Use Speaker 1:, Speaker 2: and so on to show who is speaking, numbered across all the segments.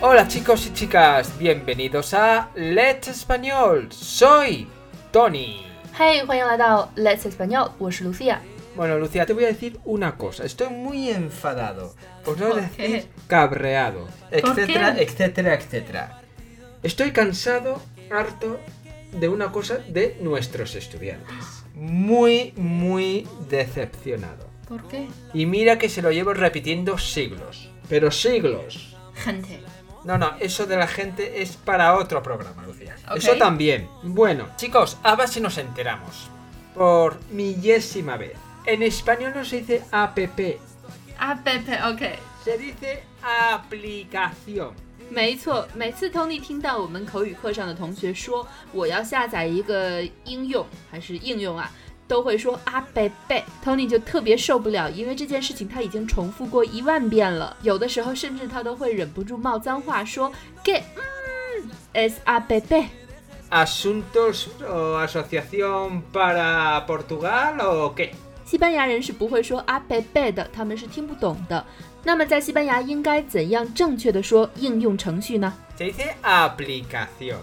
Speaker 1: Hola chicos y chicas, bienvenidos a Let's Español. Soy Tony.
Speaker 2: Hey，欢迎来到 Let's Español，我是 Lucia。
Speaker 1: Bueno, Lucía, te voy a decir una cosa. Estoy muy enfadado. Por no
Speaker 2: ¿Por
Speaker 1: decir
Speaker 2: qué?
Speaker 1: cabreado.
Speaker 2: qué?
Speaker 1: Etcétera, etcétera, etcétera. Estoy cansado, harto de una cosa de nuestros estudiantes. Muy, muy decepcionado.
Speaker 2: ¿Por qué?
Speaker 1: Y mira que se lo llevo repitiendo siglos. Pero siglos.
Speaker 2: Gente.
Speaker 1: No, no, eso de la gente es para otro programa, Lucía.
Speaker 2: Ok.
Speaker 1: Eso también. Bueno, chicos, ahora si nos enteramos. Por millésima vez. En español no se dice app,
Speaker 2: App OK。
Speaker 1: se dice aplicación.
Speaker 2: 没错，每次 Tony 听到我们口语课上的同学说我要下载一个应用还是应用啊，都会说啊贝贝，Tony 就特别受不了，因为这件事情他已经重复过一万遍了，有的时候甚至他都会忍不住冒脏话说 get，嗯，is 啊贝贝。
Speaker 1: ¿Asuntos o asociación para Portugal o qué?
Speaker 2: 西班牙人是不会说阿贝贝的，他们是听不懂的。那么在西班牙应该怎样正确的说应用程序呢？
Speaker 1: Se dice aplicación.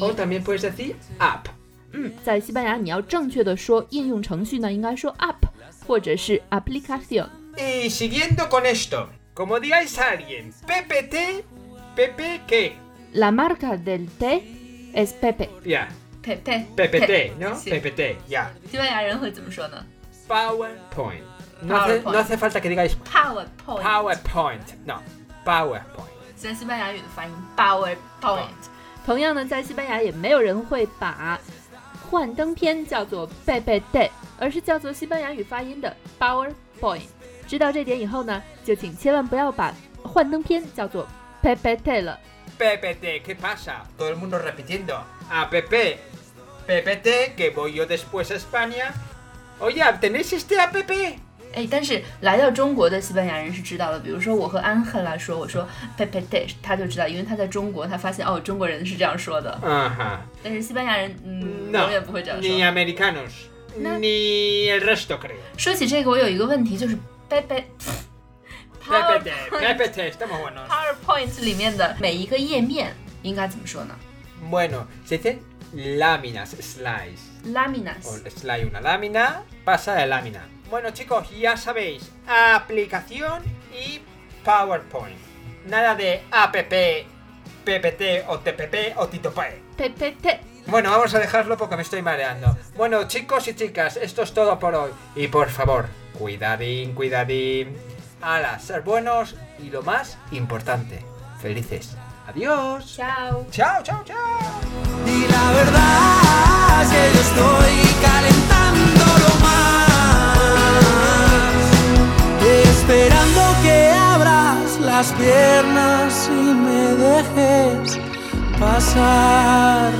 Speaker 1: O también puedes decir app.
Speaker 2: 嗯，在西班牙你要正确的说应用程序呢，应该说 app 或者是 application。
Speaker 1: Y siguiendo con esto, como digáis a alguien, PPT, PP qué.
Speaker 2: La marca del té es Pepe。
Speaker 1: Ya,
Speaker 2: 佩佩
Speaker 1: PPT, ¿no?
Speaker 2: Sí.
Speaker 1: PPT, ya.
Speaker 2: 西班牙人会怎么说呢
Speaker 1: PowerPoint. No hace,
Speaker 2: PowerPoint.
Speaker 1: no hace falta que digáis
Speaker 2: ？PowerPoint
Speaker 1: PowerPoint, no. PowerPoint.
Speaker 2: 在西班牙语的发音 PowerPoint。同样呢，在西班牙也没有人会把幻灯片叫做贝贝 day，而是叫做西班牙语发音的 PowerPoint。知道这点以后呢，就请千万不要把幻灯片叫做贝贝 day 了。
Speaker 1: PPT, ¿qué pasa? Todo el mundo repitiendo. APP. PPT, que voy yo después a España. Oye, ¿tenéis este APP?
Speaker 3: 哎，但是来到中国的西班牙人是知道的。比如说，我和安赫拉说，我说 Pepe d i s 他就知道，因为他在中国，他发现哦，中国人是这样说的。
Speaker 1: Ajá.
Speaker 3: 但是西班牙人，嗯，
Speaker 1: No,
Speaker 3: 永远不会这样
Speaker 1: ni
Speaker 3: 说。
Speaker 1: americanos.
Speaker 3: No.
Speaker 1: Ni el resto, creo.
Speaker 3: 说起这个，我有一个问题，就是 Pepe Power
Speaker 1: PPT, PPT, estamos buenos.
Speaker 3: PowerPoint 里面的每一个页面应该怎么说呢
Speaker 1: Bueno, se dicen láminas, slice. O
Speaker 3: ？Laminas。
Speaker 1: slice una lámina, pasa de lámina. Bueno chicos, ya sabéis, aplicación y PowerPoint. Nada de app, ppt o tpp o titopae.
Speaker 2: 贝贝 day。
Speaker 1: Bueno, vamos a dejarlo porque me estoy mareando. Bueno chicos y chicas, esto es todo por hoy. Y por favor, cuidadín, cuidadín. Ala, ser buenos y lo más importante, felices. Adiós.
Speaker 3: Ciao。
Speaker 1: Chao, chao, chao.
Speaker 4: Y la verdad es que yo estoy calentándolo más, esperando que abras las piernas y me dejes pasar.